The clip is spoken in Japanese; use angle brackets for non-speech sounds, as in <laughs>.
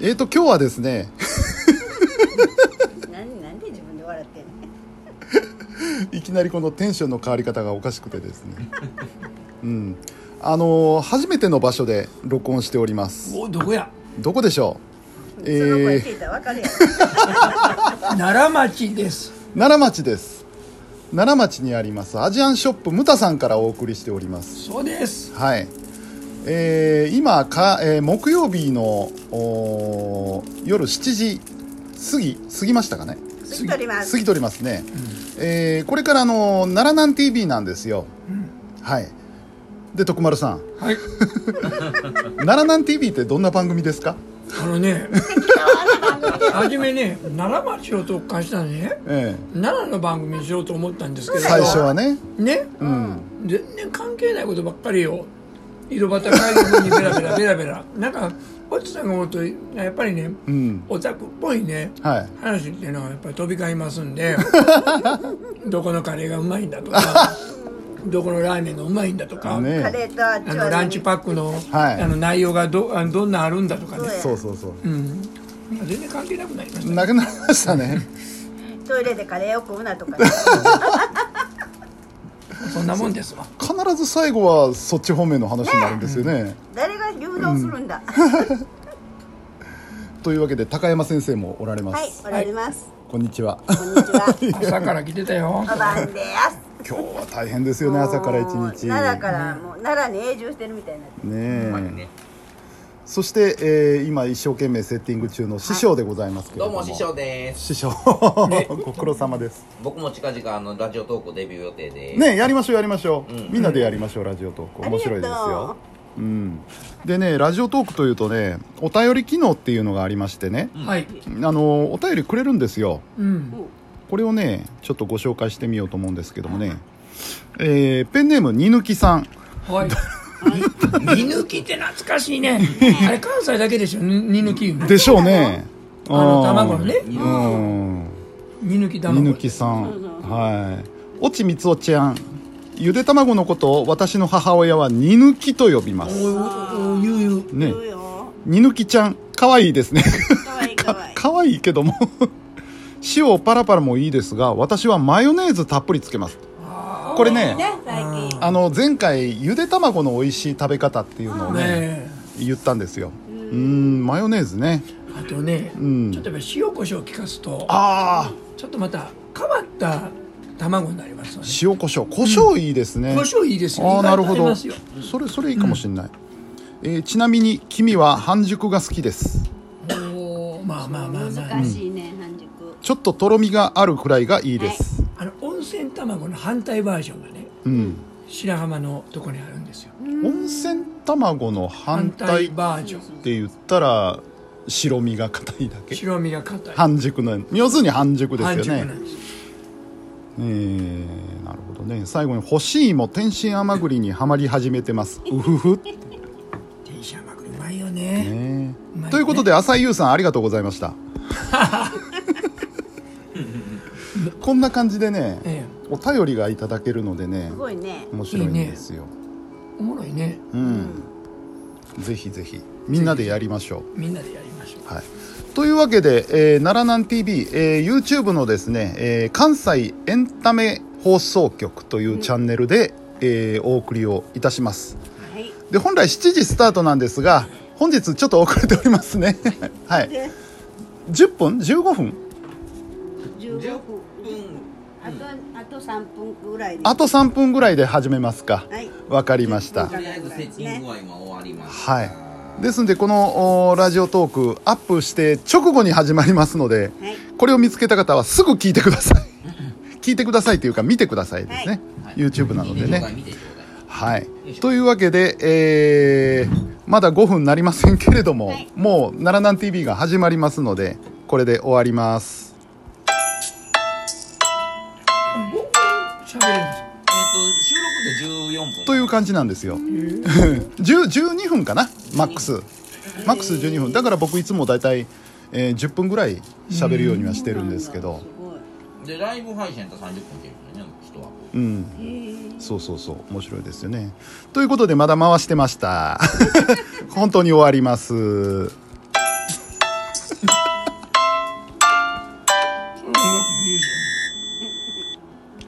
えーと今日はですね <laughs> なんなんで自分で笑ってんのいきなりこのテンションの変わり方がおかしくてですねうんあのー初めての場所で録音しておりますおいどこやどこでしょうその声え聞ー、いたらわかるやん奈良町です奈良町です奈良町にありますアジアンショップムタさんからお送りしておりますそうですはい、えー今か、えー木曜日のおー夜7時過ぎ過ぎましたかね次撮ります過ぎておりますね、えーこれからあの奈良南 TV なんですよ、はいで徳丸 <laughs> さんはい奈良南 TV ってどんな番組ですかあの <laughs> ね初めね奈良町を特化したねえ奈良の番組にしようと思ったんですけえど最初はねね、全然関係ないことばっかりよ井戸端会議にベラベラベラベラなんか落ちさんが思うとやっぱりね、うんオタクっぽいね、はい話っていうのはやっぱり飛び交います <laughs> んでどこのカレーがうまいんだとかどこのラーメンがうまいんだとか、ねカレーとあっちあはのランチパックの,、はいあの内容がどあのどんなあるんだとかねそうやそうそうそう、うん全然関係なくなりましたなくなりました <laughs> ねトイレでカレーを食うなとか、 <laughs> そんなもんですわ必ず最後はそっち方面の話になるんですよね、誰が誘導するんだ、というわけで高山先生もおられます、はいおられます、こんにちはこんにちは朝から来てたよおばんでや <laughs> す今日は大変ですよね朝から一もう日奈良からもう奈良に永住してるみたいになってねえそして、えー今一生懸命セッティング中の師匠でございますけれどどうも、も師匠です師匠 <laughs> ご苦労様です僕も近々あのラジオ投稿デビュー予定ですねえやりましょうやりましょう、みんなでやりましょうラジオトークありがとう面白いですようんでねラジオトークというとねお便り機能っていうのがありましてね、はいあのお便りくれるんですようんこれをねちょっとご紹介してみようと思うんですけどもね、えーペンネームにぬきさん <laughs> はいにぬきって懐かしいねあれ関西だけでしょににぬきでしょうねあの <laughs> うん卵のねうんにぬきみ卵ぬきさん、はい。おちみつおちゃん、ゆで卵のことを私の母親はにぬきと呼びまおす。いおいおいゆうゆうね言、<laughs> うよにぬきちゃん、かわいいですね。かわいいかかわいいかわいいけども。 <laughs> 塩パラパラもいいですが、私はマヨネーズたっぷりつけます。これね、ね最近あの前回ゆで卵の美味しい食べ方っていうのをね、ねえ言ったんですよ。うーん、マヨネーズね。あとね、んちょっとやっぱり塩コショウを効かすとああ、ちょっとまた変わった卵になりますので塩コショウ、コショウいいですね。コショウいいですよああ意外となるほ合いどますよそれそれいいかもしれない、えーちなみに君は半熟が好きですおーまあまあまあまあ、難しいね半熟ちょっととろみがあるくらいがいいです、あの温泉卵の反対バージョンがねうん白浜のとこにあるんですよ温泉卵の反対ってバージョン言ったら白身が硬いだけ白身が硬い半熟の要するに半熟ですよ半熟なねんですえー、なるほどね最後に干し芋天津甘栗にはまり始めてますうふふって天津甘栗うまいよねねうまいねということで浅井優さんありがとうございましたこんな感じでね、えお便りがいただけるのでねすごいね面白いんですよえおもろいねうん、ぜひぜひみんなでやりましょみんなでやりましょうう、はい、というわけで、えー奈良南 TV、えー YouTube のですね、えー関西エンタメ放送局というチャンネルで、えーお送りをいたしますはいで本来7時スタートなんですが本日ちょっと遅れておりますねはいで10分15分15分10分あとあと3分ぐらいであと3分ぐらいで始めますかはいわかりましたとりあえずセッティングは今終わりましたはいですんでこのおラジオトークアップして直後に始まりますのではいこれを見つけた方はすぐ聞いてください聞いてくださいというか見てくださいですね、YouTube なの見てでちょうだいね見てちょうだいはいというわけで、えーまだ5分になりませんけれども、はいもう「奈良南 TV」が始まりますのでこれで終わります僕喋れるんですよえっ、と収録で14分という感じなんですよ <laughs> 10 12分かなマックスマックス12分だから僕いつも大体、えー10分ぐらい喋るようにはしてるんですけどすごいでライブ配信やったら30分っていうね人はうんそうそうそう面白 <laughs> いですよねということでまだ回してました本当に終わります